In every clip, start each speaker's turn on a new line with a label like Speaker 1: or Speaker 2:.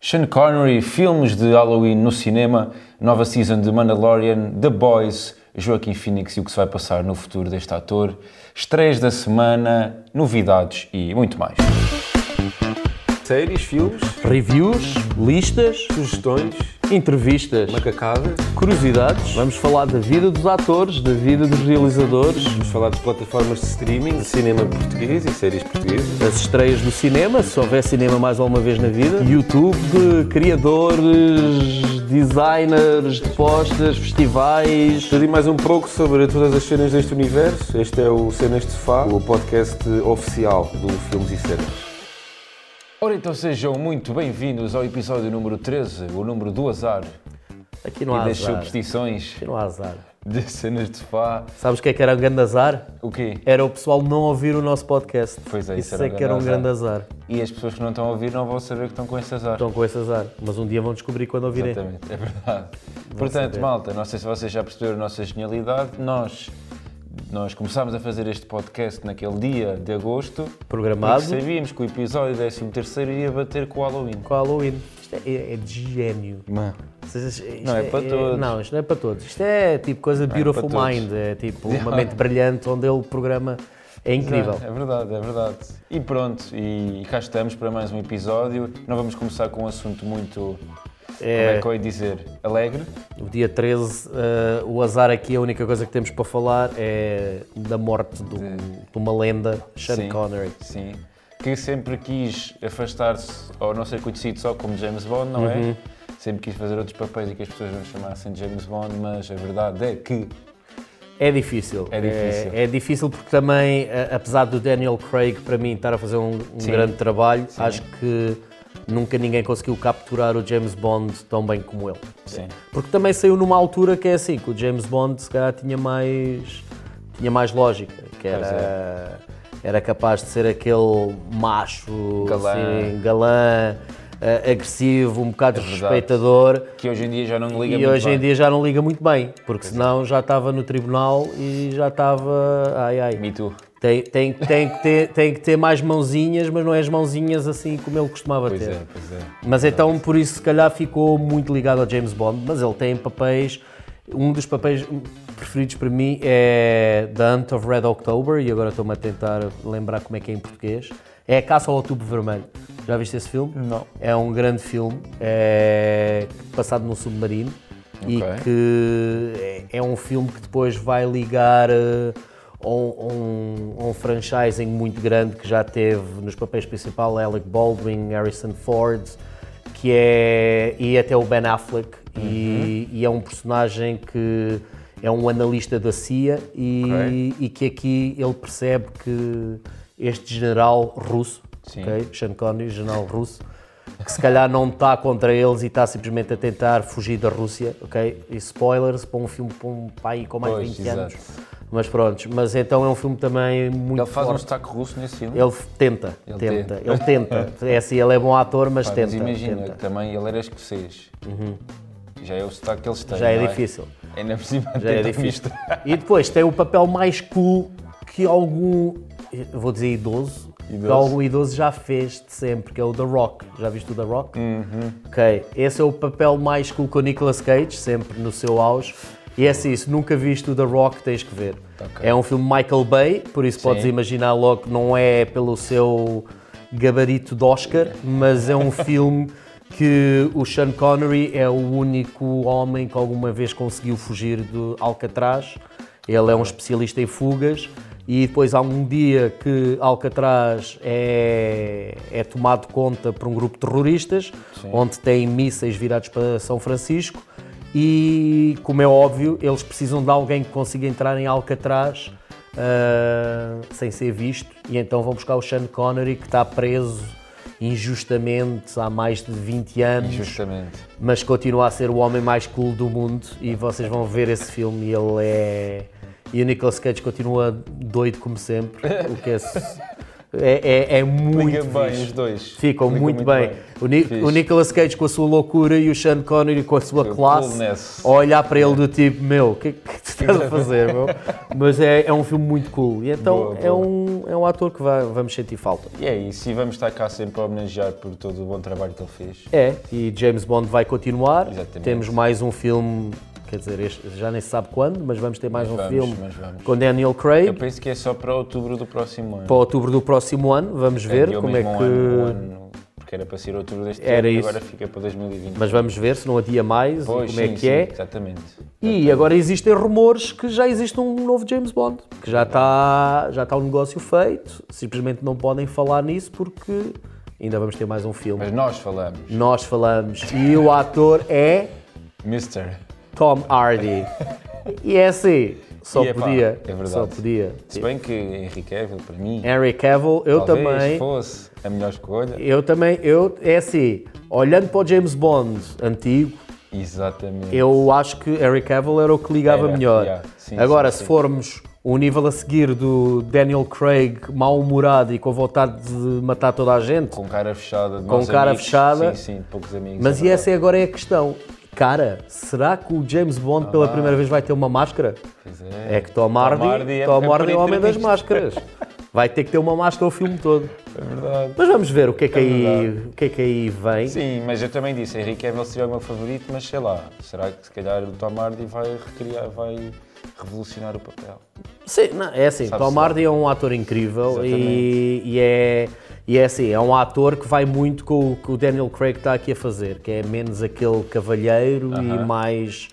Speaker 1: Sean Connery, filmes de Halloween no cinema, nova season de Mandalorian, The Boys, Joaquim Phoenix e o que se vai passar no futuro deste ator, estreias da semana, novidades e muito mais. Séries, filmes,
Speaker 2: Reviews, listas,
Speaker 1: sugestões,
Speaker 2: entrevistas,
Speaker 1: macacadas,
Speaker 2: curiosidades. Vamos falar da vida dos atores, da vida dos realizadores,
Speaker 1: vamos falar de plataformas de streaming, de cinema português e séries portuguesas.
Speaker 2: das estreias do cinema, se houver cinema mais alguma vez na vida, YouTube, criadores, designers de postas, festivais.
Speaker 1: Te digo mais um pouco sobre todas as cenas deste universo. Este é o Cenas de Sofá, o podcast oficial do Filmes e Cenas. Ora, então sejam muito bem-vindos ao episódio número 13, o número do azar
Speaker 2: Aqui não
Speaker 1: e
Speaker 2: há
Speaker 1: das
Speaker 2: azar. Aqui
Speaker 1: superstições
Speaker 2: não há azar.
Speaker 1: de Cenas de Sofá.
Speaker 2: Sabes o que é que era um grande azar?
Speaker 1: O quê?
Speaker 2: Era o pessoal não ouvir o nosso podcast.
Speaker 1: Pois é, isso
Speaker 2: isso
Speaker 1: era
Speaker 2: é
Speaker 1: um
Speaker 2: que era um
Speaker 1: grande
Speaker 2: grande azar.
Speaker 1: E as pessoas que não estão a ouvir não vão saber que estão com este azar.
Speaker 2: Estão com esse azar, mas um dia vão descobrir quando ouvirem.
Speaker 1: Exatamente, é verdade. Portanto,
Speaker 2: saber.
Speaker 1: malta, não sei se vocês já perceberam a nossa genialidade. Nós, nós começámos a fazer este podcast naquele dia de agosto.
Speaker 2: Programado.
Speaker 1: Porque sabíamos que o episódio 13 ia bater com o Halloween.
Speaker 2: Com o Halloween. Isto é, é de gênio. Vocês- isto
Speaker 1: Não, é para todos.
Speaker 2: Não, isto não é para todos. Isto é tipo coisa Beautiful
Speaker 1: para todos.
Speaker 2: Mind. É tipo uma mente brilhante onde ele programa. É incrível.
Speaker 1: É verdade, é verdade. E pronto, e cá estamos para mais um episódio. Não vamos começar com um assunto muito, como é
Speaker 2: É,
Speaker 1: que eu ia dizer, alegre.
Speaker 2: o dia 13, eh, o azar aqui, a única coisa que temos para falar é da morte de, um- de uma lenda, Sean
Speaker 1: É. Sim.
Speaker 2: Connery.
Speaker 1: Sim. Que sempre quis afastar-se, ou não ser conhecido só como James Bond, não
Speaker 2: Uhum.
Speaker 1: é? Sempre quis fazer outros papéis e que as pessoas não chamassem de James Bond, mas a verdade é que.
Speaker 2: É difícil.
Speaker 1: É difícil.
Speaker 2: É, é difícil porque também, a- apesar do Daniel Craig para mim estar a fazer um, um grande trabalho, acho que nunca ninguém conseguiu capturar o James Bond tão bem como ele.
Speaker 1: Sim.
Speaker 2: Porque também saiu numa altura que é assim, que o James Bond se calhar tinha mais, tinha mais lógica, que
Speaker 1: é.
Speaker 2: era, era capaz de ser aquele macho,
Speaker 1: Galã.
Speaker 2: assim, galã, eh, agressivo, um bocado
Speaker 1: É verdade.
Speaker 2: respeitador.
Speaker 1: Que hoje em dia já não liga
Speaker 2: E
Speaker 1: muito.
Speaker 2: hoje
Speaker 1: bem. é.
Speaker 2: em dia já não liga muito bem, porque senão já estava no tribunal e já estava. Ai ai.
Speaker 1: Me too.
Speaker 2: Tem, tem, tem, que ter, tem que ter mais mãozinhas, mas não é as mãozinhas assim como ele costumava
Speaker 1: Pois
Speaker 2: ter.
Speaker 1: é, pois é.
Speaker 2: Mas então, por isso, se calhar ficou muito ligado ao James Bond, mas ele tem papéis. Um dos papéis preferidos para mim é The Hunt of Red October, e agora estou-me a tentar lembrar como é que é em português. É A Caça ao Outubro Vermelho. Já viste esse filme?
Speaker 1: Não.
Speaker 2: É um grande filme, é passado num submarino
Speaker 1: Ok.
Speaker 2: e que é é um filme que depois vai ligar eh, a um, a um- a um franchising muito grande que já teve nos papéis principais Alec Baldwin, Harrison Ford, que é e até o Ben Affleck e, e é um personagem que é um analista da CIA e,
Speaker 1: Ok.
Speaker 2: e que aqui ele percebe que este general russo
Speaker 1: Sim.
Speaker 2: ok? Sean Connery, general russo, que se calhar não está contra eles e está simplesmente a tentar fugir da Rússia, ok? E spoilers para um filme para um pai com mais
Speaker 1: Pois,
Speaker 2: de 20
Speaker 1: exato.
Speaker 2: anos. Mas pronto, mas então é um filme também muito
Speaker 1: Ele faz um
Speaker 2: forte.
Speaker 1: sotaque russo nesse filme.
Speaker 2: Ele tenta,
Speaker 1: Ele
Speaker 2: tenta,
Speaker 1: tenta.
Speaker 2: ele tenta. É assim, ele é bom ator, mas
Speaker 1: Pá,
Speaker 2: tenta.
Speaker 1: mas imagina,
Speaker 2: tenta. Uhum.
Speaker 1: também ele era escocês. Já é o sotaque que eles têm.
Speaker 2: Já é
Speaker 1: não
Speaker 2: difícil.
Speaker 1: Ainda por cima
Speaker 2: Já é
Speaker 1: tentam
Speaker 2: difícil.
Speaker 1: misturar.
Speaker 2: E depois tem o papel mais cool que algum, eu vou dizer idoso, que
Speaker 1: Idoso.
Speaker 2: algum idoso já fez de sempre, que é o The Rock. Já viste o The Rock? Ok, esse é o papel mais cool com o Nicolas Cage, sempre no seu auge. E é assim, se nunca viste o The Rock, tens que ver.
Speaker 1: Ok.
Speaker 2: É um filme Michael Bay, por isso podes imaginar logo que não é pelo seu gabarito de Oscar, mas é um filme que o Sean Connery é o único homem que alguma vez conseguiu fugir de Alcatraz. Ele é um especialista em fugas e depois há um dia que Alcatraz é, é tomado conta por um grupo de terroristas, onde tem mísseis virados para São Francisco e, como é óbvio, eles precisam de alguém que consiga entrar em Alcatraz ah, sem ser visto e então vão buscar o Sean Connery que está preso injustamente há mais de 20 anos
Speaker 1: Justamente.
Speaker 2: mas continua a ser o homem mais cool do mundo e vocês vão ver esse filme e ele é... E o Nicolas Cage continua doido como sempre, o que é, su- É, é, é muito
Speaker 1: Liga bem
Speaker 2: fixe.
Speaker 1: os dois.
Speaker 2: Ficam
Speaker 1: Liga
Speaker 2: muito,
Speaker 1: muito
Speaker 2: bem.
Speaker 1: bem.
Speaker 2: O, Ni-
Speaker 1: Fixe.
Speaker 2: o Nicolas Cage com a sua loucura e o Sean Connery com a sua
Speaker 1: Seu
Speaker 2: classe.
Speaker 1: coolness.
Speaker 2: A olhar para ele do tipo, meu, o que é que tu estás a fazer, meu? Mas é, é um filme muito cool. E então
Speaker 1: Boa,
Speaker 2: É,
Speaker 1: boa.
Speaker 2: um, é um ator que vai- vamos sentir falta.
Speaker 1: E é isso, e vamos estar cá sempre a homenagear por todo o bom trabalho que ele fez.
Speaker 2: É, e James Bond vai continuar.
Speaker 1: Exatamente.
Speaker 2: Temos mais um filme, quer dizer, este já nem se sabe quando, mas vamos ter mais um
Speaker 1: vamos,
Speaker 2: filme
Speaker 1: mas vamos.
Speaker 2: com Daniel Craig.
Speaker 1: Eu penso que é só para outubro do próximo ano.
Speaker 2: Para outubro do próximo ano, vamos ver
Speaker 1: Adiou
Speaker 2: como é que.
Speaker 1: mesmo um ano, um ano, porque era para ser outubro deste
Speaker 2: Era
Speaker 1: ano e
Speaker 2: isso.
Speaker 1: agora fica para 2020.
Speaker 2: Mas vamos ver se não adia mais e
Speaker 1: Pois,
Speaker 2: como é
Speaker 1: sim,
Speaker 2: que
Speaker 1: sim,
Speaker 2: é.
Speaker 1: Exatamente.
Speaker 2: E agora existem rumores que já existe um novo James Bond, que já está já está um negócio feito, simplesmente não podem falar nisso porque ainda vamos ter mais um filme.
Speaker 1: Mas nós falamos,
Speaker 2: Nós falamos e o ator é
Speaker 1: Mister.
Speaker 2: Tom Hardy. E é assim, só
Speaker 1: E é pá,
Speaker 2: podia,
Speaker 1: é verdade.
Speaker 2: só podia.
Speaker 1: Se bem que Henry Cavill, para mim,
Speaker 2: Henry Cavill, eu
Speaker 1: talvez
Speaker 2: também,
Speaker 1: fosse a melhor escolha.
Speaker 2: eu também, eu é assim, olhando para o James Bond antigo,
Speaker 1: Exatamente.
Speaker 2: Eu acho que Harry Cavill era o que ligava
Speaker 1: Era,
Speaker 2: melhor.
Speaker 1: yeah, sim,
Speaker 2: Agora,
Speaker 1: sim,
Speaker 2: se
Speaker 1: sim.
Speaker 2: formos o nível a seguir do Daniel Craig mal-humorado e com vontade de matar toda a gente,
Speaker 1: Com cara fechada, de
Speaker 2: Com
Speaker 1: maus
Speaker 2: cara
Speaker 1: amigos.
Speaker 2: fechada.
Speaker 1: Sim, sim, de poucos amigos.
Speaker 2: mas
Speaker 1: é
Speaker 2: e essa agora é a questão. Cara, será que o James
Speaker 1: Tá
Speaker 2: Bond pela primeira vez vai ter uma máscara?
Speaker 1: verdade. Pois
Speaker 2: É que Tom Hardy, Tom Hardy é, o homem das
Speaker 1: máscaras.
Speaker 2: máscaras. Vai ter que ter uma máscara o filme todo.
Speaker 1: É verdade.
Speaker 2: Mas vamos ver o que é que, aí, o que, é que aí vem.
Speaker 1: Sim, mas eu também disse, Henry Cavill seria o meu favorito, mas sei lá, será que se calhar o Tom Hardy vai recriar, vai revolucionar o papel?
Speaker 2: Sim, não, é assim,
Speaker 1: Sabe-se
Speaker 2: Tom
Speaker 1: lá.
Speaker 2: Hardy é um ator incrível e,
Speaker 1: Exatamente.
Speaker 2: e é, e é assim, é um ator que vai muito com o que o Daniel Craig está aqui a fazer, que é menos aquele cavalheiro e mais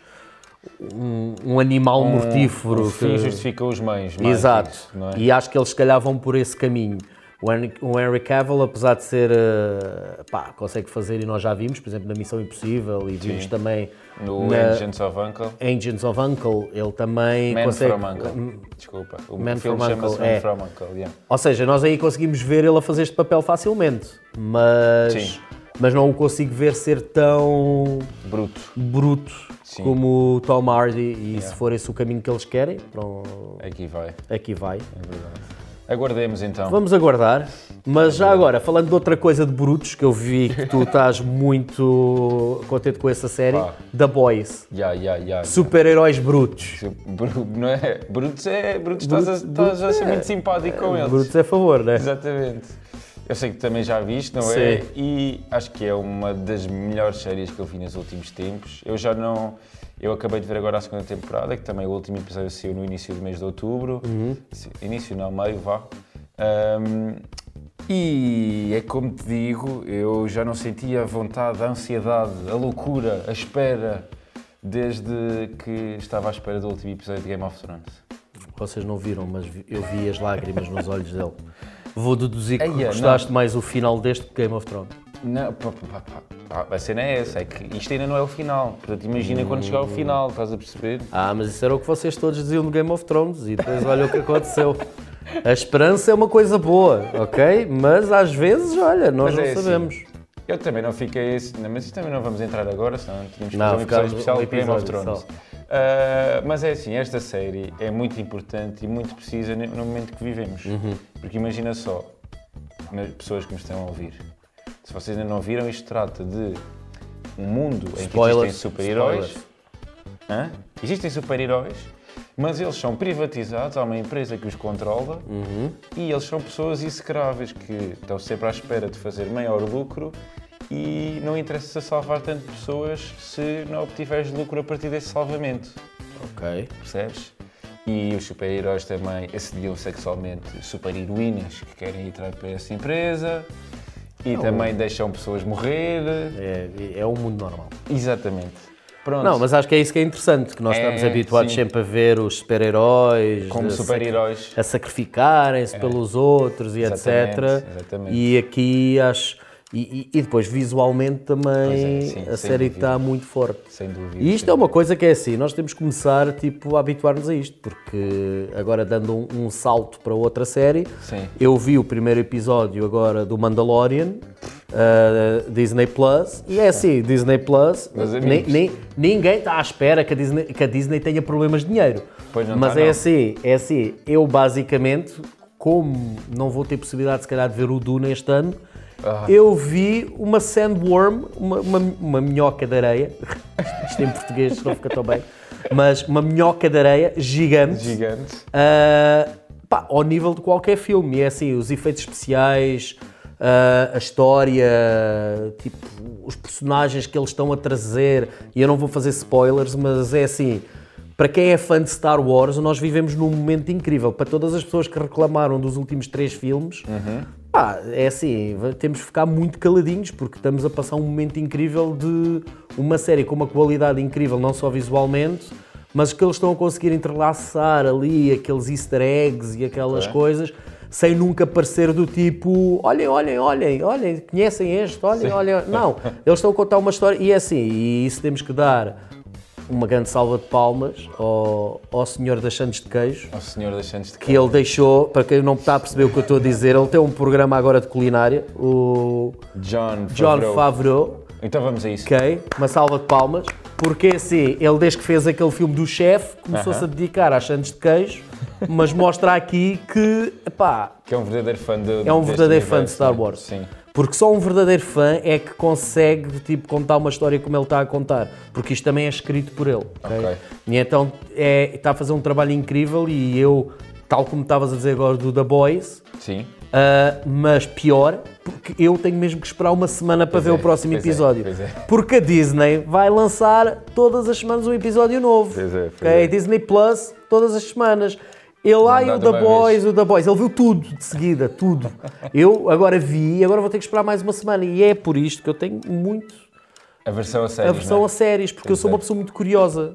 Speaker 2: um, um animal mortífero.
Speaker 1: O fim
Speaker 2: que-
Speaker 1: justificou os meios, mais
Speaker 2: Exato.
Speaker 1: isso, não é?
Speaker 2: E acho que eles se calhar vão por esse caminho. O Henry, o Henry Cavill, apesar de ser, eh, pá, consegue fazer e nós já vimos, por exemplo, na Missão Impossível e vimos também
Speaker 1: No
Speaker 2: na
Speaker 1: Agents of Uncle,
Speaker 2: Agents of Uncle, ele também
Speaker 1: Man
Speaker 2: consegue... Hum.
Speaker 1: from Uncle, desculpa, o
Speaker 2: Man
Speaker 1: filme
Speaker 2: from
Speaker 1: chama-se
Speaker 2: Uncle,
Speaker 1: Man
Speaker 2: é.
Speaker 1: from Uncle, yeah.
Speaker 2: Ou seja, nós aí conseguimos ver ele a fazer este papel facilmente, mas,
Speaker 1: Sim.
Speaker 2: mas não o consigo ver ser tão
Speaker 1: bruto,
Speaker 2: bruto
Speaker 1: Sim.
Speaker 2: como o Tom Hardy. E se for esse o caminho que eles querem, pronto,
Speaker 1: aqui vai,
Speaker 2: aqui vai.
Speaker 1: é verdade. Aguardemos então.
Speaker 2: Vamos aguardar, mas já agora, falando de outra coisa de brutos, que eu vi que tu estás muito contente com essa série,
Speaker 1: Pá.
Speaker 2: The Boys.
Speaker 1: Ya, ya, ya.
Speaker 2: Super-heróis brutos.
Speaker 1: Bru- não é? Brutos é. Brutos, estás a, estás
Speaker 2: é.
Speaker 1: a ser muito simpático com eles.
Speaker 2: Brutos é favor, né?
Speaker 1: Exatamente. Eu sei que também já viste, não é?
Speaker 2: Sim.
Speaker 1: E acho que é uma das melhores séries que eu vi nos últimos tempos. Eu já não. Eu acabei de ver agora a segunda temporada, que também é o último episódio saiu no início do mês de outubro.
Speaker 2: Uhum.
Speaker 1: Se- Início, não, meio, vá. Ahm, e é como te digo, eu já não sentia a vontade, a ansiedade, a loucura, a espera, desde que estava à espera do último episódio de Game of Thrones.
Speaker 2: Vocês não viram, mas vi- eu vi as lágrimas nos olhos dele. Vou deduzir que
Speaker 1: Eia,
Speaker 2: gostaste mais o final deste que Game of Thrones.
Speaker 1: Não, pá, pá, pá, pá. Ah, a cena é essa, é que isto ainda não é o final. Portanto, imagina quando chegar ao
Speaker 2: Hum.
Speaker 1: final, estás a perceber?
Speaker 2: Ah, mas isso era o que vocês todos diziam no Game of Thrones e depois olha o que aconteceu. A esperança é uma coisa boa, ok? Mas às vezes, olha, nós
Speaker 1: Mas
Speaker 2: não
Speaker 1: é assim.
Speaker 2: sabemos.
Speaker 1: Eu também não fiquei esse. não, mas isso também não vamos entrar agora, senão tínhamos que
Speaker 2: Não,
Speaker 1: fazer um
Speaker 2: ficava
Speaker 1: episódio especial
Speaker 2: um
Speaker 1: de Game of
Speaker 2: episódio
Speaker 1: Thrones. Ah, mas é assim, esta série é muito importante e muito precisa ne- no momento que vivemos.
Speaker 2: Uhum.
Speaker 1: Porque imagina só, me- pessoas que me estão a ouvir. Se vocês ainda não viram, isto trata de um mundo em que existem
Speaker 2: Spoilers,
Speaker 1: super-heróis.
Speaker 2: spoilers.
Speaker 1: Hã? Existem super-heróis, mas eles são privatizados, há uma empresa que os controla
Speaker 2: Uhum.
Speaker 1: e eles são pessoas execráveis que estão sempre à espera de fazer maior lucro e não interessa se salvar tanto pessoas se não obtiveres lucro a partir desse salvamento,
Speaker 2: Ok.
Speaker 1: percebes? E os super-heróis também assediam sexualmente super-heroínas que querem ir para essa empresa e
Speaker 2: Oh.
Speaker 1: também deixam pessoas morrer.
Speaker 2: É, é um mundo normal.
Speaker 1: Exatamente. Pronto.
Speaker 2: Não, mas acho que é isso que é interessante, que nós
Speaker 1: É,
Speaker 2: estamos habituados
Speaker 1: sim.
Speaker 2: sempre a ver os super-heróis
Speaker 1: Como
Speaker 2: a sacri-
Speaker 1: super-heróis. É.
Speaker 2: a sacrificarem-se pelos outros e
Speaker 1: Exatamente,
Speaker 2: etc.
Speaker 1: exatamente.
Speaker 2: E aqui acho. E, e- e depois visualmente também
Speaker 1: Pois é, sim,
Speaker 2: a
Speaker 1: sem
Speaker 2: série
Speaker 1: dúvida.
Speaker 2: está muito forte.
Speaker 1: Sem dúvida.
Speaker 2: E isto é uma coisa que é assim, nós temos que começar tipo, a habituar-nos a isto, porque agora dando um, um salto para outra série,
Speaker 1: Sim.
Speaker 2: eu vi o primeiro episódio agora do Mandalorian, ah, Disney Plus, e é assim, Disney Plus,
Speaker 1: Meus
Speaker 2: ni-
Speaker 1: amigos.
Speaker 2: ni- ninguém está à espera que a, Disney, que a Disney tenha problemas de dinheiro.
Speaker 1: Pois não
Speaker 2: Mas
Speaker 1: tá,
Speaker 2: é
Speaker 1: não.
Speaker 2: assim, é assim, eu basicamente como não vou ter possibilidade, se calhar, de ver o Duna este ano, eu vi uma sandworm, uma, uma, uma minhoca de areia. Isto em português não fica tão bem. Mas uma minhoca de areia gigante.
Speaker 1: Gigante.
Speaker 2: Ah, pá, ao nível de qualquer filme. E é assim, os efeitos especiais, ah, a história, tipo, os personagens que eles estão a trazer. E eu não vou fazer spoilers, mas é assim. Para quem é fã de Star Wars, nós vivemos num momento incrível. Para todas as pessoas que reclamaram dos últimos três filmes, pá, é assim, v- temos de ficar muito caladinhos porque estamos a passar um momento incrível de uma série com uma qualidade incrível, não só visualmente, mas que eles estão a conseguir entrelaçar ali aqueles easter eggs e aquelas coisas sem nunca parecer do tipo olhem, olhem, olhem, olhem, conhecem este, olhem, olhem. olhem." Não, eles estão a contar uma história e é assim, e isso temos que dar uma grande salva de palmas ao, ao senhor das Santos de Queijo
Speaker 1: Ao senhor das Santos de
Speaker 2: que é ele deixou, para quem não está a perceber o que eu estou a dizer, ele tem um programa agora de culinária, o
Speaker 1: John
Speaker 2: John
Speaker 1: Favreau.
Speaker 2: Favreau, é
Speaker 1: Então vamos a isso.
Speaker 2: ok? Uma salva de palmas, porque assim, ele desde que fez aquele filme do chefe, começou-se a dedicar às sandes de queijo, mas mostra aqui que, pá,
Speaker 1: Que é um verdadeiro fã de
Speaker 2: é um
Speaker 1: deste
Speaker 2: verdadeiro fã de
Speaker 1: universo,
Speaker 2: Star
Speaker 1: né?
Speaker 2: Wars.
Speaker 1: Sim.
Speaker 2: Porque só um verdadeiro fã é que consegue tipo, contar uma história como ele está a contar. Porque isto também é escrito por ele. ok?
Speaker 1: Ok.
Speaker 2: E então é- está a fazer um trabalho incrível e eu, tal como estavas a dizer agora do The Boys,
Speaker 1: Sim.
Speaker 2: ah, mas pior, porque eu tenho mesmo que esperar uma semana para
Speaker 1: Pois
Speaker 2: ver
Speaker 1: é,
Speaker 2: o próximo
Speaker 1: pois é,
Speaker 2: episódio.
Speaker 1: pois é.
Speaker 2: Porque a Disney vai lançar todas as semanas um episódio novo.
Speaker 1: Pois é, pois
Speaker 2: ok?
Speaker 1: é.
Speaker 2: Disney Plus, todas as semanas. Ele lá e
Speaker 1: dá
Speaker 2: o
Speaker 1: de uma
Speaker 2: The
Speaker 1: vez.
Speaker 2: Boys, o The Boys, ele viu tudo de seguida, tudo. Eu agora vi e agora vou ter que esperar mais uma semana. E é por isto que eu tenho muito
Speaker 1: A versão a
Speaker 2: a
Speaker 1: sério. é?
Speaker 2: versão a séries, porque eu sou uma pessoa muito curiosa.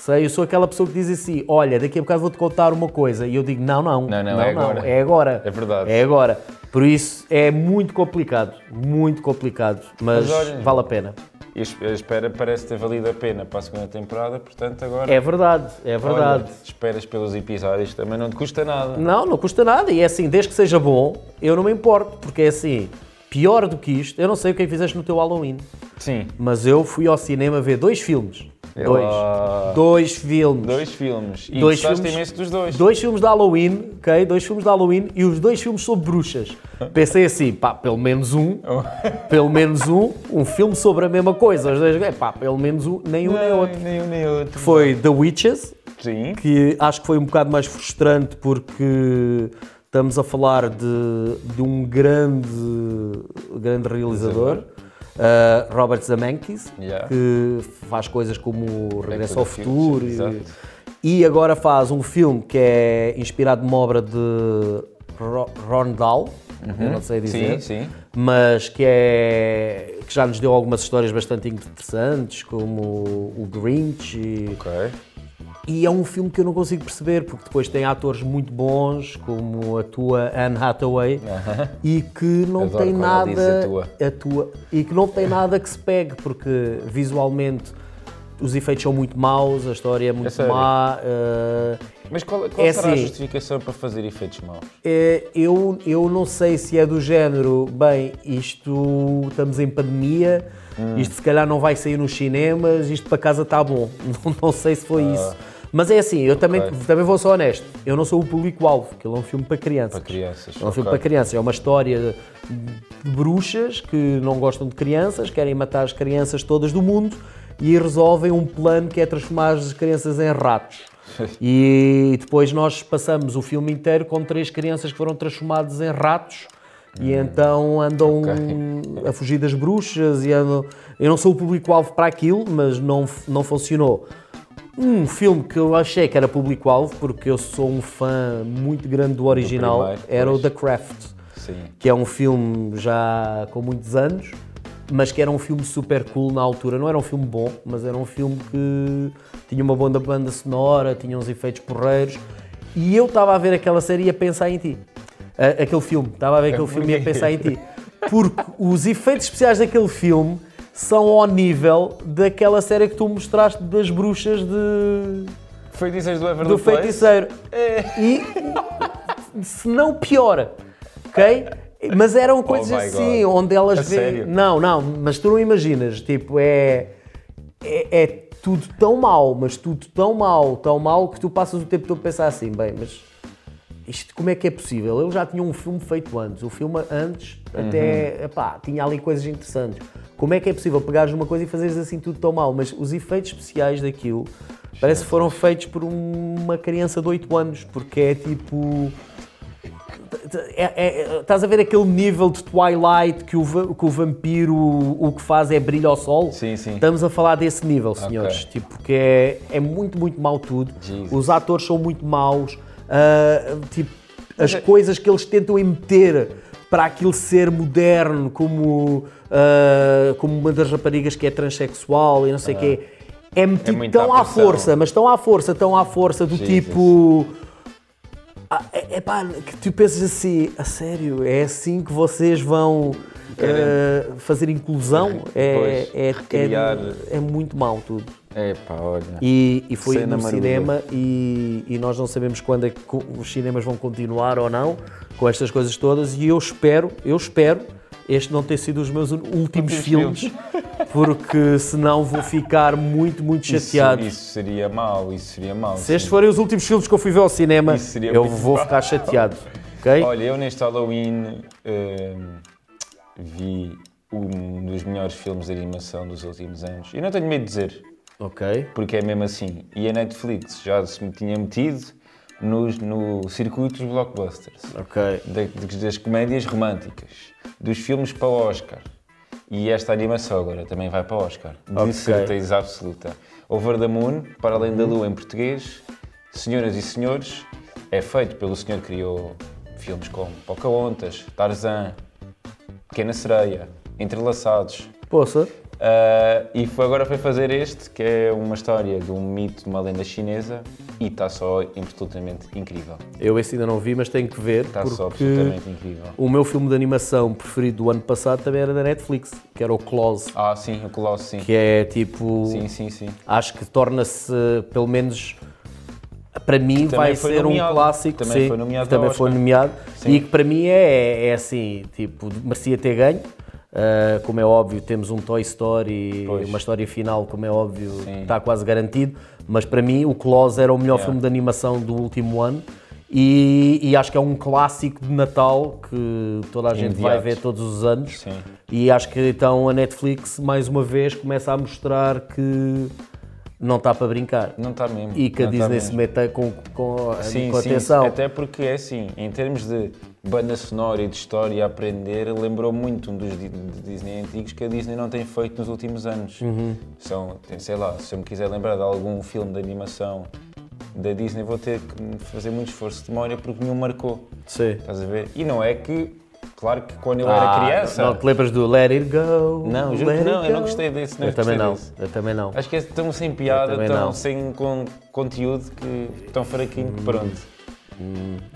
Speaker 2: Sei, eu sou aquela pessoa que diz assim: olha, daqui a bocado vou-te contar uma coisa. E eu digo: não, não,
Speaker 1: Não, não, é agora.
Speaker 2: é agora.
Speaker 1: É verdade.
Speaker 2: É agora. Por isso é muito complicado, muito complicado, mas,
Speaker 1: Mas olha-
Speaker 2: vale a pena.
Speaker 1: E a espera parece ter valido a pena para a segunda temporada, portanto agora.
Speaker 2: É verdade, é verdade.
Speaker 1: Olha, esperas pelos episódios, também não te custa nada.
Speaker 2: Não, não custa nada. E é assim, desde que seja bom, eu não me importo, porque é assim, pior do que isto, eu não sei o que é que fizeste no teu Halloween,
Speaker 1: Sim.
Speaker 2: mas eu fui ao cinema ver dois filmes.
Speaker 1: Ela-
Speaker 2: Dois. Dois filmes.
Speaker 1: Dois filmes. E
Speaker 2: Dois
Speaker 1: gostaste
Speaker 2: filmes.
Speaker 1: imenso dos dois.
Speaker 2: Dois filmes de Halloween, ok? Dois filmes de Halloween e os dois filmes sobre bruxas. Pensei assim, pá, pelo menos um, pelo menos um, um filme sobre a mesma coisa. Os dois, é, pá, pelo menos um, nem um nem
Speaker 1: Não,
Speaker 2: outro.
Speaker 1: Nem um nem outro.
Speaker 2: Foi The Witches,
Speaker 1: Sim.
Speaker 2: que acho que foi um bocado mais frustrante porque estamos a falar de, de um grande, grande realizador, ah, Robert Zemeckis,
Speaker 1: Yeah.
Speaker 2: que faz coisas como Regresso ao
Speaker 1: to the
Speaker 2: Futuro
Speaker 1: Future,
Speaker 2: e,
Speaker 1: exato.
Speaker 2: e agora faz um filme que é inspirado numa obra de Ro- Ron Dahl, eu não sei dizer,
Speaker 1: Uhum. Sim, sim.
Speaker 2: mas que, é, que já nos deu algumas histórias bastante interessantes, como o Grinch e
Speaker 1: Ok.
Speaker 2: e é um filme que eu não consigo perceber, porque depois tem atores muito bons, como a tua Anne Hathaway, e que não
Speaker 1: Adoro
Speaker 2: tem
Speaker 1: quando ela diz
Speaker 2: nada.
Speaker 1: a tua.
Speaker 2: a tua, E que não tem nada que se pegue, porque visualmente os efeitos são muito maus, a história é muito
Speaker 1: sério?
Speaker 2: má. eh,
Speaker 1: Mas qual, qual
Speaker 2: É
Speaker 1: será a
Speaker 2: assim.
Speaker 1: justificação para fazer efeitos maus?
Speaker 2: eh, eu, eu não sei se é do género, bem, isto estamos em pandemia,
Speaker 1: Hum.
Speaker 2: isto se calhar não vai sair nos cinemas, isto para casa está bom. Não, não sei se foi isso. Mas é assim, eu também,
Speaker 1: Ah. ok.
Speaker 2: também vou ser honesto, eu não sou o público-alvo, aquilo é um filme para crianças.
Speaker 1: Para crianças.
Speaker 2: É um filme
Speaker 1: ok.
Speaker 2: para crianças, é uma história de bruxas que não gostam de crianças, querem matar as crianças todas do mundo e resolvem um plano que é transformar as crianças em ratos. E depois nós passamos o filme inteiro com três crianças que foram transformadas em ratos
Speaker 1: Hum,
Speaker 2: e então andam a fugir das bruxas e andam... Eu não sou o público-alvo para aquilo, mas não, não funcionou. Um filme que eu achei que era público-alvo, porque eu sou um fã muito grande do original,
Speaker 1: primeiro,
Speaker 2: era o
Speaker 1: pois.
Speaker 2: The Craft,
Speaker 1: Sim.
Speaker 2: que é um filme já com muitos anos, mas que era um filme super cool na altura. Não era um filme bom, mas era um filme que tinha uma boa banda sonora, tinha uns efeitos porreiros. E eu estava a ver aquela série e a pensar em ti. A- aquele filme, estava a ver aquele filme e a pensar em ti. Porque os efeitos especiais daquele filme são ao nível daquela série que tu mostraste das bruxas de
Speaker 1: Feitiços do Everly
Speaker 2: do
Speaker 1: Place?
Speaker 2: feiticeiro.
Speaker 1: É.
Speaker 2: E se não pior, ok? Mas eram coisas
Speaker 1: Oh my
Speaker 2: assim,
Speaker 1: God.
Speaker 2: onde elas
Speaker 1: A
Speaker 2: vêem-
Speaker 1: sério?
Speaker 2: Não, não, mas tu não imaginas, tipo, é, é, é tudo tão mal, mas tudo tão mal, tão mal que tu passas o tempo todo a pensar assim, bem, mas isto como é que é possível? Ele já tinha um filme feito antes. O filme antes
Speaker 1: Uhum.
Speaker 2: até, epá, tinha ali coisas interessantes. Como é que é possível pegares uma coisa e fazeres assim tudo tão mal? Mas os efeitos especiais daquilo parece que foram feitos por um- uma criança de 8 anos, porque é tipo... É- é- estás a ver aquele nível de Twilight que o, va- que o vampiro o que faz é brilho ao sol?
Speaker 1: Sim, sim.
Speaker 2: Estamos a falar desse nível, senhores. Tipo, que é, é muito, muito mau tudo.
Speaker 1: Jesus.
Speaker 2: Os atores são muito maus. ah, tipo, as
Speaker 1: é-
Speaker 2: coisas que eles tentam meter para aquilo ser moderno, como, ah, como uma das raparigas que é transexual e não sei o quê. É metido
Speaker 1: Ah. muita
Speaker 2: tão à
Speaker 1: pressão.
Speaker 2: força, mas tão à força, tão à força do
Speaker 1: Jesus.
Speaker 2: tipo... Ah, é, é pá, que tu pensas assim, a sério, é assim que vocês vão eh, fazer inclusão? É,
Speaker 1: Pois,
Speaker 2: é, é,
Speaker 1: recriar.
Speaker 2: é muito mal tudo.
Speaker 1: É pá, olha.
Speaker 2: E, e foi
Speaker 1: Cena
Speaker 2: no
Speaker 1: maravilhosa.
Speaker 2: cinema e, e nós não sabemos quando é que co- os cinemas vão continuar ou não com estas coisas todas e eu espero, eu espero este não ter sido os meus un- últimos
Speaker 1: filmes.
Speaker 2: filmes, porque senão vou ficar muito, muito chateado.
Speaker 1: Isso, isso seria mau, isso seria mau.
Speaker 2: Se estes
Speaker 1: sim.
Speaker 2: forem os últimos filmes que eu fui ver ao cinema,
Speaker 1: Isso seria
Speaker 2: eu
Speaker 1: muito
Speaker 2: vou
Speaker 1: mal.
Speaker 2: ficar chateado. ok?
Speaker 1: Olha, eu neste Halloween hum, vi um dos melhores filmes de animação dos últimos anos. E não tenho medo de dizer,
Speaker 2: Ok.
Speaker 1: porque é mesmo assim. E a Netflix já se me tinha metido nos, no circuito dos blockbusters.
Speaker 2: Ok.
Speaker 1: da- das, comédias românticas, dos filmes para o Oscar. E esta animação agora também vai para o Oscar. De
Speaker 2: Ok. Uhum.
Speaker 1: certeza absoluta. Over the Moon, para além da lua em português, senhoras e senhores, é feito pelo senhor que criou filmes como Pocahontas, Tarzan, Pequena Sereia, Entrelaçados.
Speaker 2: Poça.
Speaker 1: Ah, e foi, agora foi fazer este, que é uma história de um mito de uma lenda chinesa e está só absolutamente incrível.
Speaker 2: Eu esse ainda não vi, mas tenho que ver.
Speaker 1: Está Tá só
Speaker 2: porque
Speaker 1: absolutamente incrível.
Speaker 2: o meu filme de animação preferido do ano passado também era da Netflix, que era o Claws,
Speaker 1: Ah, sim, o Colosso, sim.
Speaker 2: que é tipo.
Speaker 1: Sim, sim, sim.
Speaker 2: Acho que torna-se, pelo menos para mim,
Speaker 1: também
Speaker 2: vai
Speaker 1: foi
Speaker 2: ser
Speaker 1: nomeado.
Speaker 2: um clássico.
Speaker 1: Também
Speaker 2: sim,
Speaker 1: foi nomeado
Speaker 2: que também
Speaker 1: ao
Speaker 2: foi
Speaker 1: Oscar.
Speaker 2: nomeado.
Speaker 1: Sim.
Speaker 2: E que para mim é, é assim, tipo, merecia ter ganho. Ah, como é óbvio, temos um Toy Story,
Speaker 1: Pois.
Speaker 2: uma história final, como é óbvio, está quase garantido. Mas para mim, o Claus era o melhor filme de animação do último ano. E, e acho que é um clássico de Natal que toda a gente vai
Speaker 1: Imediato.
Speaker 2: ver todos os anos.
Speaker 1: Sim.
Speaker 2: E acho que então a Netflix, mais uma vez, começa a mostrar que não está para brincar.
Speaker 1: Não está mesmo.
Speaker 2: E que a
Speaker 1: não tá
Speaker 2: Disney se
Speaker 1: mesmo.
Speaker 2: meta com, com,
Speaker 1: Sim,
Speaker 2: com
Speaker 1: sim,
Speaker 2: atenção.
Speaker 1: até porque é assim, em termos de banda sonora e de história a aprender, lembrou muito um dos di- de Disney antigos que a Disney não tem feito nos últimos anos.
Speaker 2: Uhum.
Speaker 1: São, tem, sei lá, se eu me quiser lembrar de algum filme de animação da Disney, vou ter que fazer muito esforço de memória porque nenhum marcou.
Speaker 2: Sim.
Speaker 1: Estás a ver? E não é que, claro que quando eu
Speaker 2: Ah,
Speaker 1: era criança.
Speaker 2: Não, não te lembras do Let It Go?
Speaker 1: Não, juro
Speaker 2: Let
Speaker 1: que
Speaker 2: It
Speaker 1: não, eu não
Speaker 2: Go?
Speaker 1: gostei desse, não
Speaker 2: Eu também
Speaker 1: gostei
Speaker 2: não,
Speaker 1: desse.
Speaker 2: eu também não.
Speaker 1: Acho que é tão sem piada,
Speaker 2: também
Speaker 1: tão
Speaker 2: não.
Speaker 1: sem con- conteúdo, que tão fraquinho, que pronto.
Speaker 2: Hum.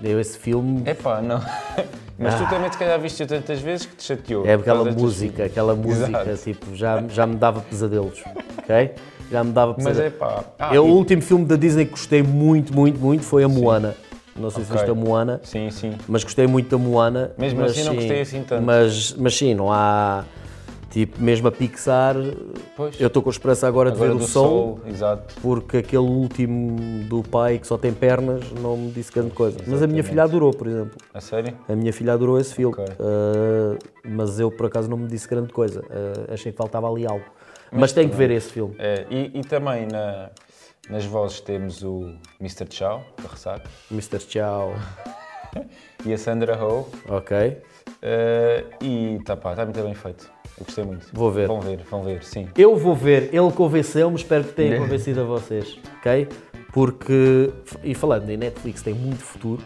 Speaker 2: Eu esse filme,
Speaker 1: É pá, não. Mas tu também se calhar viste tantas vezes que te chateou.
Speaker 2: Ah. é aquela
Speaker 1: Por causa destas-
Speaker 2: música, aquela música,
Speaker 1: Exato.
Speaker 2: tipo, já, já me dava pesadelos, ok? Já me dava
Speaker 1: Mas
Speaker 2: pesadelos.
Speaker 1: é pá. Ah,
Speaker 2: Eu, o
Speaker 1: e-
Speaker 2: último filme da Disney que gostei muito, muito, muito foi a Moana. Não sei se
Speaker 1: Ok.
Speaker 2: viste a Moana,
Speaker 1: Sim, sim.
Speaker 2: mas gostei muito da Moana.
Speaker 1: Mesmo
Speaker 2: mas
Speaker 1: assim, não gostei assim tanto.
Speaker 2: Mas, mas sim, não há. Tipo, mesmo a Pixar,
Speaker 1: Pois.
Speaker 2: eu estou com esperança agora,
Speaker 1: Agora
Speaker 2: de ver
Speaker 1: do
Speaker 2: o Soul,
Speaker 1: Soul, exato.
Speaker 2: porque aquele último do pai que só tem pernas não me disse grande coisa. Mas a minha filha adorou, por exemplo.
Speaker 1: A sério?
Speaker 2: A minha filha adorou esse filme,
Speaker 1: Ok.
Speaker 2: Ah, mas eu por acaso não me disse grande coisa. Ah, achei que faltava ali algo. Mas, tenho que ver esse filme.
Speaker 1: É, e, e também na- nas vozes temos o Mr. Chow, da Ressaca,
Speaker 2: Mr. Tchau.
Speaker 1: e a Sandra Ho.
Speaker 2: Ok.
Speaker 1: eh, e tá pá, está muito bem feito. Eu gostei muito.
Speaker 2: Vou ver.
Speaker 1: Vão ver, vão ver, sim.
Speaker 2: Eu vou ver, ele convenceu-me, espero que
Speaker 1: Né?
Speaker 2: tenha convencido a vocês, ok? Porque, e falando em Netflix, tem muito futuro.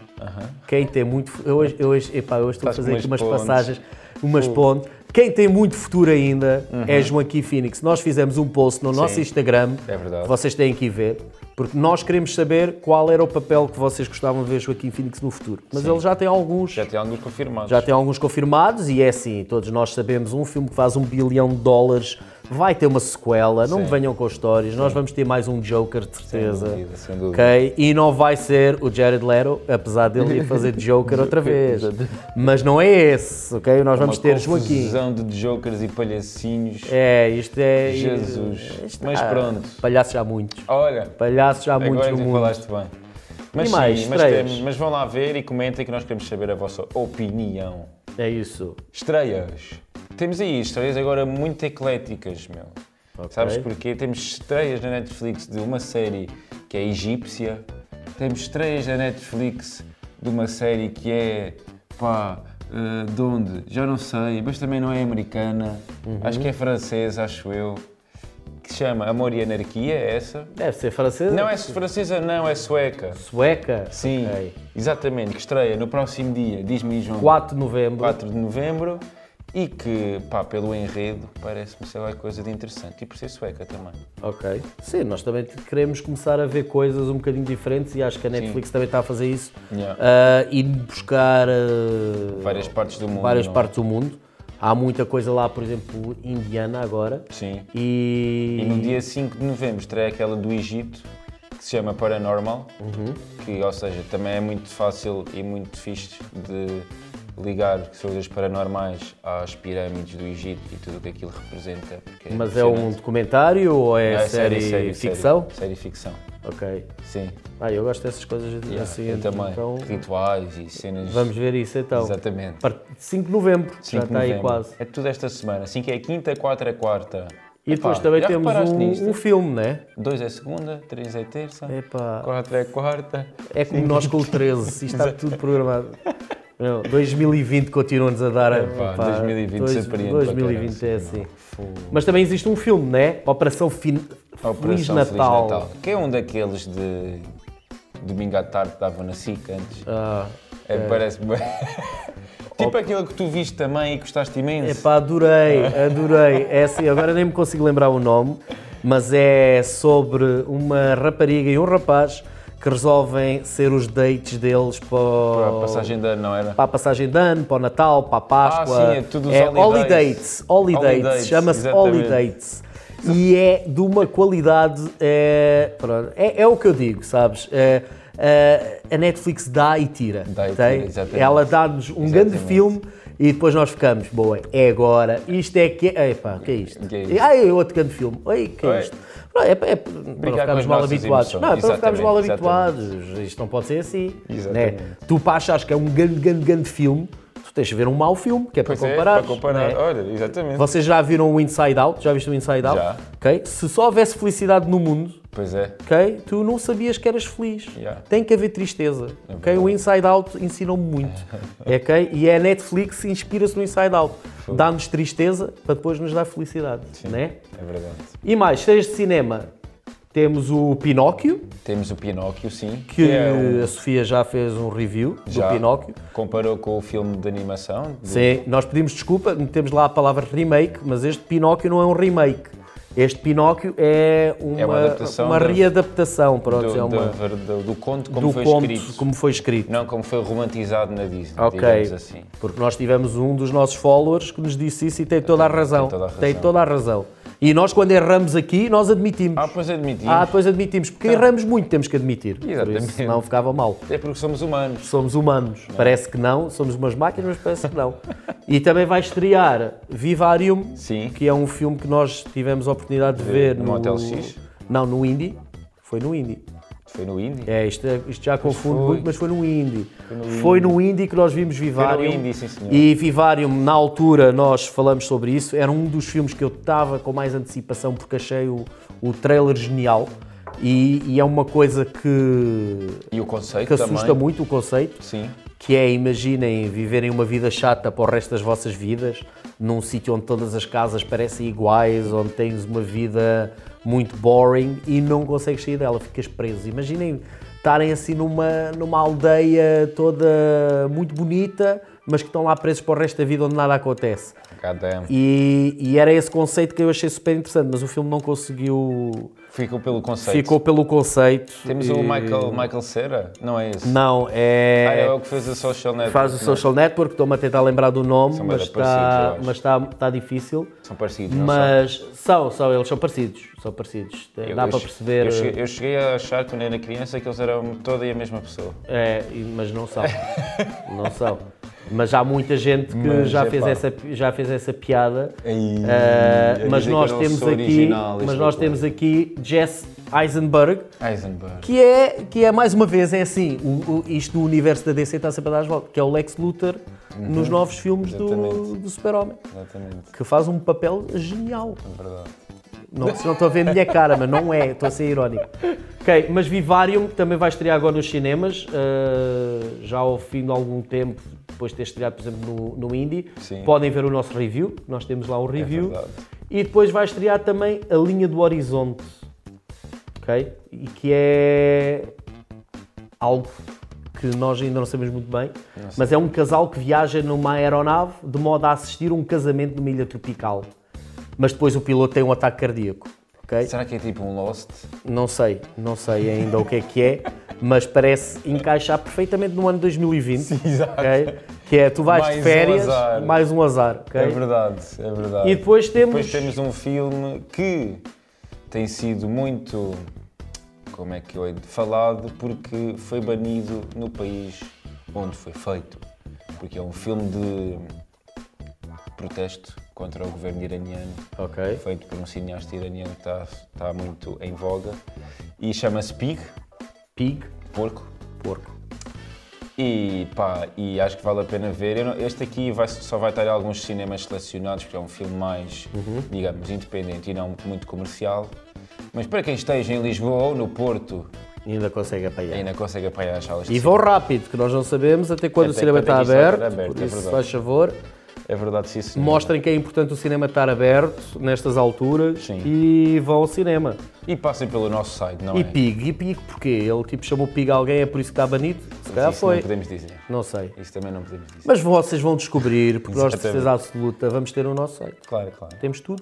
Speaker 2: Quem tem muito. fu- Eu hoje, eu hoje, epá, eu hoje estou a
Speaker 1: Faz
Speaker 2: fazer aqui
Speaker 1: umas
Speaker 2: umas
Speaker 1: pontes.
Speaker 2: passagens, umas pontes. Quem tem muito futuro ainda é Joaquim Phoenix. Nós fizemos um post no nosso
Speaker 1: Uhum. Sim.
Speaker 2: Instagram,
Speaker 1: É verdade.
Speaker 2: que vocês têm que ir ver, porque nós queremos saber qual era o papel que vocês gostavam de ver Joaquim Phoenix no futuro. Mas ele já tem alguns.
Speaker 1: Já tem alguns confirmados.
Speaker 2: Já tem alguns confirmados e é assim, todos nós sabemos, um filme que faz um bilhão de dólares vai ter uma sequela, não me venham com histórias, nós vamos ter mais um Joker, de certeza.
Speaker 1: dúvida, sem dúvida.
Speaker 2: Ok? E não vai ser o Jared Leto, apesar dele ir fazer Joker outra vez. Mas não é esse, ok? Nós vamos
Speaker 1: É Uma
Speaker 2: ter Joaquim.
Speaker 1: confusão de jokers e palhacinhos.
Speaker 2: É, isto é.
Speaker 1: Jesus.
Speaker 2: isto-
Speaker 1: Mas
Speaker 2: ah,
Speaker 1: pronto.
Speaker 2: Palhaços já há muitos.
Speaker 1: Olha,
Speaker 2: Palhaços já há muitos
Speaker 1: agora
Speaker 2: no
Speaker 1: tu
Speaker 2: mundo.
Speaker 1: falaste bem. Mas,
Speaker 2: e mais,
Speaker 1: sim, mas,
Speaker 2: estreias.
Speaker 1: tem- mas vão lá ver e comentem que nós queremos saber a vossa opinião.
Speaker 2: É isso.
Speaker 1: Estreias. Temos aí estreias agora muito ecléticas, meu.
Speaker 2: Ok.
Speaker 1: Sabes porquê? Temos estreias na Netflix de uma série que é egípcia. Temos estreias na Netflix de uma série que é, pá, eh, de onde? Já não sei, mas também não é americana.
Speaker 2: Uhum.
Speaker 1: Acho que é francesa, acho eu. Que se chama Amor e Anarquia, é essa?
Speaker 2: Deve ser francesa.
Speaker 1: Não é francesa, não, é sueca.
Speaker 2: Sueca?
Speaker 1: Sim,
Speaker 2: Ok.
Speaker 1: exatamente, que estreia no próximo dia, diz-me aí, João.
Speaker 2: 4 de novembro.
Speaker 1: 4 de novembro e que, pá, pelo enredo, parece-me ser lá coisa de interessante. E por ser sueca também.
Speaker 2: Ok. Sim, nós também te- queremos começar a ver coisas um bocadinho diferentes e acho que a Netflix também está a fazer isso.
Speaker 1: Yeah.
Speaker 2: Ah, e buscar ah,
Speaker 1: Várias partes do mundo.
Speaker 2: várias
Speaker 1: não é?
Speaker 2: partes do mundo. Há muita coisa lá, por exemplo, indiana agora.
Speaker 1: Sim.
Speaker 2: E,
Speaker 1: E no dia 5 de novembro estreia aquela do Egito, que se chama Paranormal,
Speaker 2: Uhum.
Speaker 1: que, ou seja, também é muito fácil e muito fixe de ligar coisas paranormais às pirâmides do Egito e tudo o que aquilo representa. porque
Speaker 2: Mas é um
Speaker 1: impressionante.
Speaker 2: documentário ou é,
Speaker 1: Não, é
Speaker 2: série, ficção?
Speaker 1: Série, série ficção,
Speaker 2: Ok.
Speaker 1: sim.
Speaker 2: Ah, eu gosto dessas coisas assim.
Speaker 1: eu também.
Speaker 2: Então
Speaker 1: Rituais e cenas.
Speaker 2: vamos ver isso então.
Speaker 1: Exatamente.
Speaker 2: Part- 5 de novembro, já
Speaker 1: 5 de
Speaker 2: está aí
Speaker 1: novembro.
Speaker 2: quase.
Speaker 1: É tudo esta semana. 5 é quinta, 4 é quarta.
Speaker 2: E
Speaker 1: Epá,
Speaker 2: depois também
Speaker 1: já
Speaker 2: temos
Speaker 1: reparaste
Speaker 2: um, um
Speaker 1: nisto?
Speaker 2: filme, né?
Speaker 1: 2 é segunda, 3 é terça,
Speaker 2: Epá.
Speaker 1: 4 é quarta.
Speaker 2: É como nós com o 13, isto está tudo programado. Não, 2020 continua-nos a dar.
Speaker 1: Epá, 2020 surpreende para
Speaker 2: 2020 é
Speaker 1: caralho,
Speaker 2: assim. Mas também existe um filme, né? Operação, fin... Feliz,
Speaker 1: Operação
Speaker 2: Natal.
Speaker 1: Feliz Natal. Que é um daqueles de domingo à tarde que dava na SIC antes.
Speaker 2: Ah,
Speaker 1: É, parece Tipo aquele que tu viste também e gostaste imenso.
Speaker 2: epá, adorei, adorei. É assim, agora nem me consigo lembrar o nome, mas é sobre uma rapariga e um rapaz que resolvem ser os dates deles para,
Speaker 1: Para a passagem de ano, não era?
Speaker 2: para a passagem de ano, para o Natal, para a Páscoa.
Speaker 1: Ah, sim, é tudo os
Speaker 2: Holidates.
Speaker 1: holidays.
Speaker 2: Holidates,
Speaker 1: Holidays,
Speaker 2: chama-se
Speaker 1: exatamente.
Speaker 2: Holidates. E é de uma qualidade. É, pronto, é, é o que eu digo, sabes? É, é, a Netflix dá e tira.
Speaker 1: Dá e
Speaker 2: tem?
Speaker 1: tira, exatamente.
Speaker 2: Ela dá-nos um grande
Speaker 1: Exatamente.
Speaker 2: filme e depois nós ficamos, boa, é agora, isto é que é. Epá, que é isto?
Speaker 1: Que é isto?
Speaker 2: Ai, outro grande filme. Ai, que é
Speaker 1: Oi.
Speaker 2: isto? Pronto, É, é para
Speaker 1: com
Speaker 2: ficarmos
Speaker 1: as
Speaker 2: mal
Speaker 1: nossas
Speaker 2: habituados.
Speaker 1: emoções,
Speaker 2: Não, é para ficarmos
Speaker 1: exatamente,
Speaker 2: mal
Speaker 1: exatamente.
Speaker 2: habituados. Isto não pode ser assim.
Speaker 1: Exatamente.
Speaker 2: né? Tu para achares que é um grande, grande, grande filme, tu tens de ver um mau filme, que é para
Speaker 1: Pois é,
Speaker 2: comparar. né?
Speaker 1: para comparar. Olha, exatamente.
Speaker 2: Vocês já viram o Inside Out? Já viste o Inside Out?
Speaker 1: Já.
Speaker 2: Ok? Se só houvesse felicidade no mundo,
Speaker 1: Pois é.
Speaker 2: ok? Tu não sabias que eras feliz.
Speaker 1: Yeah. É
Speaker 2: Tem que haver tristeza. ok? O Inside Out ensinou-me muito. ok? E é a Netflix inspira-se no Inside Out. Dá-nos tristeza para depois nos dar felicidade. Né?
Speaker 1: É verdade.
Speaker 2: E mais, séries de cinema. Temos o Pinóquio,
Speaker 1: Temos o Pinóquio, sim.
Speaker 2: que
Speaker 1: é um-
Speaker 2: a Sofia já fez um review
Speaker 1: já
Speaker 2: do Pinóquio.
Speaker 1: Comparou com o filme de animação. de-
Speaker 2: Sim, nós pedimos desculpa, metemos lá a palavra remake, mas este Pinóquio não é um remake. Este Pinóquio é uma,
Speaker 1: É uma adaptação
Speaker 2: uma
Speaker 1: da-
Speaker 2: readaptação, pronto,
Speaker 1: do,
Speaker 2: é uma,
Speaker 1: da- do- do conto como
Speaker 2: do
Speaker 1: foi
Speaker 2: conto
Speaker 1: escrito.
Speaker 2: como foi escrito.
Speaker 1: Não como foi romantizado na Disney,
Speaker 2: Ok,
Speaker 1: digamos assim.
Speaker 2: porque nós tivemos um dos nossos followers que nos disse isso e tem toda a razão.
Speaker 1: toda a razão.
Speaker 2: Tem toda a razão. E nós, quando erramos aqui, nós admitimos.
Speaker 1: Ah, pois admitimos.
Speaker 2: Ah, depois admitimos, porque erramos muito, temos que admitir. Por isso,
Speaker 1: Exatamente.
Speaker 2: Senão ficava mal.
Speaker 1: É porque somos humanos.
Speaker 2: Somos humanos,
Speaker 1: é?
Speaker 2: parece que não, somos umas máquinas, mas parece que não. e também vai estrear Vivarium,
Speaker 1: Sim.
Speaker 2: que é um filme que nós tivemos a oportunidade de ver
Speaker 1: no Hotel X?
Speaker 2: Não, no Indie. Foi no Indie.
Speaker 1: Foi no Indy.
Speaker 2: É, isto, é- isto já confunde
Speaker 1: foi.
Speaker 2: muito, mas foi no Indie. Foi no Indie que nós vimos Vivarium.
Speaker 1: Indie, sim, senhor.
Speaker 2: E Vivarium, na altura, nós falamos sobre isso. Era um dos filmes que eu estava com mais antecipação porque achei o, o trailer genial. E, e é uma coisa que,
Speaker 1: E o conceito
Speaker 2: que
Speaker 1: também.
Speaker 2: assusta muito o conceito
Speaker 1: Sim.
Speaker 2: que é, imaginem, viverem uma vida chata para o resto das vossas vidas, num sítio onde todas as casas parecem iguais, onde tens uma vida muito boring e não consegues sair dela, ficas preso. Imaginem estarem assim numa, numa aldeia toda muito bonita, mas que estão lá presos para o resto da vida onde nada acontece.
Speaker 1: Goddamn.
Speaker 2: E, e era esse conceito que eu achei super interessante, mas o filme não conseguiu.
Speaker 1: Ficou pelo conceito.
Speaker 2: Ficou pelo conceito.
Speaker 1: Temos
Speaker 2: e-
Speaker 1: o Michael, Michael Cera? Não é esse?
Speaker 2: Não, é.
Speaker 1: Ah, é o que fez a Social Network.
Speaker 2: Faz o
Speaker 1: não. é?
Speaker 2: Social Network, estou-me a tentar lembrar do nome,
Speaker 1: São
Speaker 2: mas
Speaker 1: bem parecidos, eu
Speaker 2: está,
Speaker 1: acho.
Speaker 2: mas está, está difícil.
Speaker 1: São parecidos, não são?
Speaker 2: Mas são, são, eles são parecidos, são parecidos. Dá
Speaker 1: Eu- eu
Speaker 2: para
Speaker 1: che-
Speaker 2: perceber, eh,
Speaker 1: Eu cheguei, eu cheguei a achar, quando era criança, que eles eram toda e a mesma pessoa.
Speaker 2: é, e- mas não são, não são. Mas há muita gente que
Speaker 1: Mas, é
Speaker 2: já, fez
Speaker 1: epá.
Speaker 2: essa, já fez essa piada,
Speaker 1: Ei,
Speaker 2: Ah,
Speaker 1: a
Speaker 2: mas
Speaker 1: dizer
Speaker 2: Eh, nós
Speaker 1: que eu não
Speaker 2: temos
Speaker 1: sou
Speaker 2: aqui,
Speaker 1: original, isto é
Speaker 2: mas
Speaker 1: não
Speaker 2: nós
Speaker 1: pode.
Speaker 2: temos aqui Jess Heisenberg,
Speaker 1: Heisenberg.
Speaker 2: que é, que é mais uma vez, é assim, o- o- isto do universo da DC está sempre a dar as voltas, que é o Lex Luthor nos novos filmes do,
Speaker 1: Uhum. Exatamente.
Speaker 2: do Super-Homem,
Speaker 1: Exatamente,
Speaker 2: que faz um papel genial.
Speaker 1: é verdade.
Speaker 2: Não, se não estou a ver a minha cara, mas não é, estou a ser irónico. Ok, mas Vivarium que também vai estrear agora nos cinemas, uh, já ao fim de algum tempo, depois de ter estreado, por exemplo, no, no Indie.
Speaker 1: Sim. É
Speaker 2: Podem ver o nosso review, nós temos lá um review.
Speaker 1: verdade.
Speaker 2: e depois vai estrear também A Linha do Horizonte, ok? E que é algo que nós ainda não sabemos muito bem, mas é um casal que viaja numa aeronave de modo a assistir um casamento numa ilha tropical. Mas depois o piloto tem um ataque cardíaco, ok?
Speaker 1: Será que é tipo um Lost?
Speaker 2: Não sei, não sei ainda o que é que é, mas parece encaixar perfeitamente no ano 2020.
Speaker 1: exato.
Speaker 2: ok? Que é, tu vais de
Speaker 1: Mais um
Speaker 2: férias,
Speaker 1: azar.
Speaker 2: mais um azar, ok?
Speaker 1: É verdade, é verdade.
Speaker 2: E depois temos...
Speaker 1: Depois temos um filme que tem sido muito, como é que eu hei de falado, porque foi banido no país onde foi feito. Porque é um filme de protesto contra o governo iraniano,
Speaker 2: Ok,
Speaker 1: feito por um cineasta iraniano que está, está muito em voga, e chama-se Pig,
Speaker 2: pig,
Speaker 1: porco.
Speaker 2: porco.
Speaker 1: E pá, e acho que vale a pena ver. Eu não- este aqui vai- só vai estar em alguns cinemas selecionados, porque é um filme mais,
Speaker 2: Uhum.
Speaker 1: digamos, independente e não muito comercial. Mas para quem esteja em Lisboa ou no Porto,
Speaker 2: Ainda consegue apanhar.
Speaker 1: ainda consegue apanhar as salas de
Speaker 2: E
Speaker 1: cinema.
Speaker 2: vão rápido, que nós não sabemos até quando o
Speaker 1: Até
Speaker 2: cinema
Speaker 1: quando é
Speaker 2: está
Speaker 1: que isto vai
Speaker 2: aberto,
Speaker 1: estar aberto,
Speaker 2: por
Speaker 1: é
Speaker 2: isso, se
Speaker 1: verdade.
Speaker 2: faz favor,
Speaker 1: É verdade, sim, senhor.
Speaker 2: mostrem que é importante o cinema estar aberto nestas alturas
Speaker 1: Sim.
Speaker 2: e vão ao cinema.
Speaker 1: E passem pelo nosso site, não
Speaker 2: E
Speaker 1: é?
Speaker 2: Pig, e Pig porquê? Ele tipo chamou Pig a alguém, é por isso que está banido? Se calhar
Speaker 1: Isso
Speaker 2: foi.
Speaker 1: não podemos dizer.
Speaker 2: Não sei.
Speaker 1: Isso também não podemos dizer.
Speaker 2: Mas vocês vão descobrir, porque nós de
Speaker 1: Exatamente.
Speaker 2: certeza absoluta vamos ter o nosso site.
Speaker 1: Claro, claro.
Speaker 2: Temos tudo,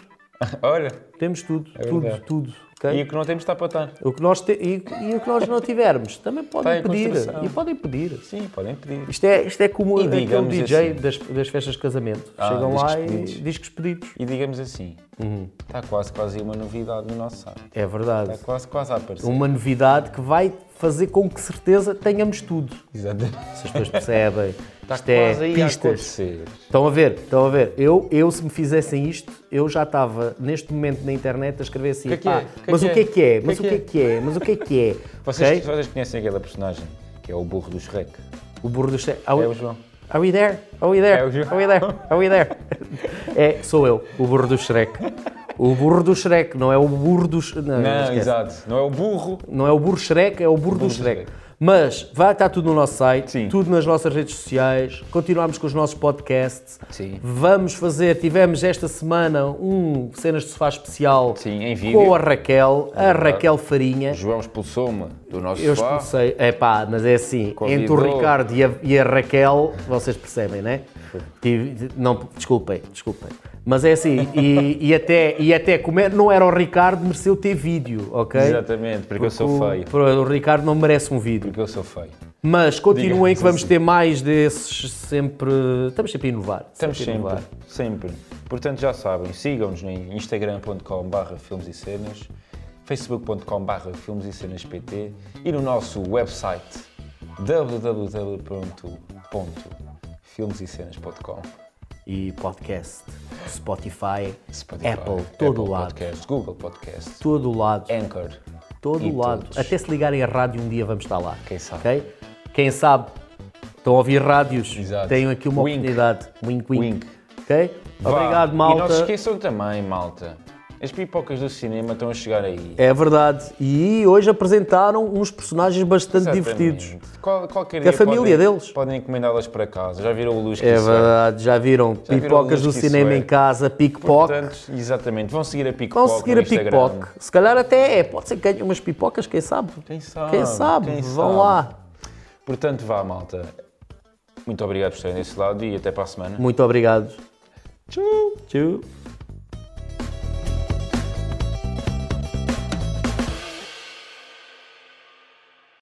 Speaker 1: Olha,
Speaker 2: temos tudo, tudo,
Speaker 1: É verdade.
Speaker 2: tudo. ok?
Speaker 1: e o que não temos está para estar.
Speaker 2: O que nós te- e, e o que nós não tivermos, também podem
Speaker 1: Está em
Speaker 2: pedir.
Speaker 1: construção.
Speaker 2: E podem pedir.
Speaker 1: Sim, podem pedir.
Speaker 2: Isto é, isto é como
Speaker 1: E
Speaker 2: aquele
Speaker 1: digamos assim.
Speaker 2: DJ das, das festas de casamento.
Speaker 1: Ah,
Speaker 2: Chegam lá
Speaker 1: discos
Speaker 2: e
Speaker 1: pedidos.
Speaker 2: discos pedidos.
Speaker 1: E digamos assim,
Speaker 2: Uhum.
Speaker 1: está quase, quase uma novidade no nosso site.
Speaker 2: É verdade.
Speaker 1: Está quase, quase a aparecer.
Speaker 2: Uma novidade que vai fazer com que certeza tenhamos tudo.
Speaker 1: Exatamente.
Speaker 2: Se as pessoas percebem.
Speaker 1: Está
Speaker 2: isto é
Speaker 1: Tá quase aí a
Speaker 2: Um- pistas.
Speaker 1: acontecer.
Speaker 2: Estão a ver, estão a ver. Eu, eu, se me fizessem isto, eu já estava neste momento na internet a escrever assim,
Speaker 1: Que que
Speaker 2: pá,
Speaker 1: é? Que
Speaker 2: mas
Speaker 1: que
Speaker 2: o que é
Speaker 1: é?
Speaker 2: que é?
Speaker 1: Que
Speaker 2: Mas o
Speaker 1: que
Speaker 2: que é
Speaker 1: é?
Speaker 2: que é? Mas o que é que é?
Speaker 1: Vocês,
Speaker 2: Ok?
Speaker 1: vocês conhecem aquela personagem que é o burro do Shrek?
Speaker 2: O burro do Ste- Are,
Speaker 1: É o
Speaker 2: we-
Speaker 1: João.
Speaker 2: are we there? Are we there?
Speaker 1: É o João.
Speaker 2: Are we there? Are we there? É, sou eu, o burro do Shrek. O burro do Shrek, não é o burro do... Sh- Não,
Speaker 1: Não,
Speaker 2: esquece.
Speaker 1: exato. Não é o burro.
Speaker 2: Não é o burro Shrek, é o burro, do
Speaker 1: do
Speaker 2: Shrek.
Speaker 1: Shrek.
Speaker 2: Mas vai estar tudo no nosso site,
Speaker 1: Sim.
Speaker 2: tudo nas nossas redes sociais, continuamos com os nossos podcasts.
Speaker 1: Sim.
Speaker 2: Vamos fazer, tivemos esta semana um Cenas de Sofá especial
Speaker 1: Sim, em vídeo.
Speaker 2: com a Raquel, a Raquel Farinha.
Speaker 1: João expulsou-me do nosso
Speaker 2: Eu
Speaker 1: sofá.
Speaker 2: expulsei, é pá, mas é assim, entre o
Speaker 1: Convidou.
Speaker 2: Ricardo e a, e a Raquel, vocês percebem, né? Tive- não Desculpem, desculpem. Mas é assim, e, e até, e até como é- não era o Ricardo, mereceu ter vídeo, ok?
Speaker 1: Exatamente, porque, eu sou feio.
Speaker 2: O, o Ricardo não merece um vídeo.
Speaker 1: Porque eu sou feio.
Speaker 2: Mas continuem
Speaker 1: Digamos
Speaker 2: que vamos
Speaker 1: assim.
Speaker 2: ter mais desses sempre. Estamos sempre a inovar.
Speaker 1: Estamos
Speaker 2: a
Speaker 1: sempre,
Speaker 2: inovar.
Speaker 1: sempre. Portanto, já sabem, sigam-nos no instagram.com.br filmes e cenas, facebook.com.br filmes e cenas pt e no nosso website www.filmesecenas.com
Speaker 2: E podcast, Spotify,
Speaker 1: Spotify,
Speaker 2: Apple, todo
Speaker 1: Apple
Speaker 2: lado.
Speaker 1: Podcasts, Google Podcasts,
Speaker 2: Todo lado.
Speaker 1: Anchor.
Speaker 2: todo
Speaker 1: e
Speaker 2: lado.
Speaker 1: todos.
Speaker 2: Até se ligarem a rádio um dia vamos estar lá.
Speaker 1: Quem sabe?
Speaker 2: ok? Quem sabe? Estão a ouvir rádios.
Speaker 1: Exato.
Speaker 2: Tenham aqui uma
Speaker 1: Wink.
Speaker 2: oportunidade. Wink, wink.
Speaker 1: Wink.
Speaker 2: Ok?
Speaker 1: Vá.
Speaker 2: Obrigado,
Speaker 1: E não se
Speaker 2: malta.
Speaker 1: esqueçam também, malta, as pipocas do cinema estão a chegar aí.
Speaker 2: É verdade. E hoje apresentaram uns personagens bastante
Speaker 1: Exatamente.
Speaker 2: divertidos.
Speaker 1: Qual, qualquer
Speaker 2: Que a
Speaker 1: dia
Speaker 2: família
Speaker 1: podem,
Speaker 2: deles.
Speaker 1: Podem encomendá-las para casa. Já viram o luz que
Speaker 2: É
Speaker 1: isso é?
Speaker 2: verdade. Já viram?
Speaker 1: viram
Speaker 2: Pipocas
Speaker 1: luz que
Speaker 2: do
Speaker 1: isso
Speaker 2: cinema
Speaker 1: é.
Speaker 2: em casa, pickpock.
Speaker 1: Portanto, exatamente. Vão seguir a Pickpock
Speaker 2: Vão seguir
Speaker 1: no
Speaker 2: a
Speaker 1: Instagram.
Speaker 2: pickpock. Se calhar até é. Pode ser que ganhem umas pipocas, quem sabe?
Speaker 1: Quem sabe?
Speaker 2: Quem sabe?
Speaker 1: quem
Speaker 2: Vão
Speaker 1: sabe.
Speaker 2: lá.
Speaker 1: Portanto, vá, malta. Muito obrigado por estarem desse lado e até para a semana.
Speaker 2: Muito obrigado.
Speaker 1: Tchau.
Speaker 2: Tchau.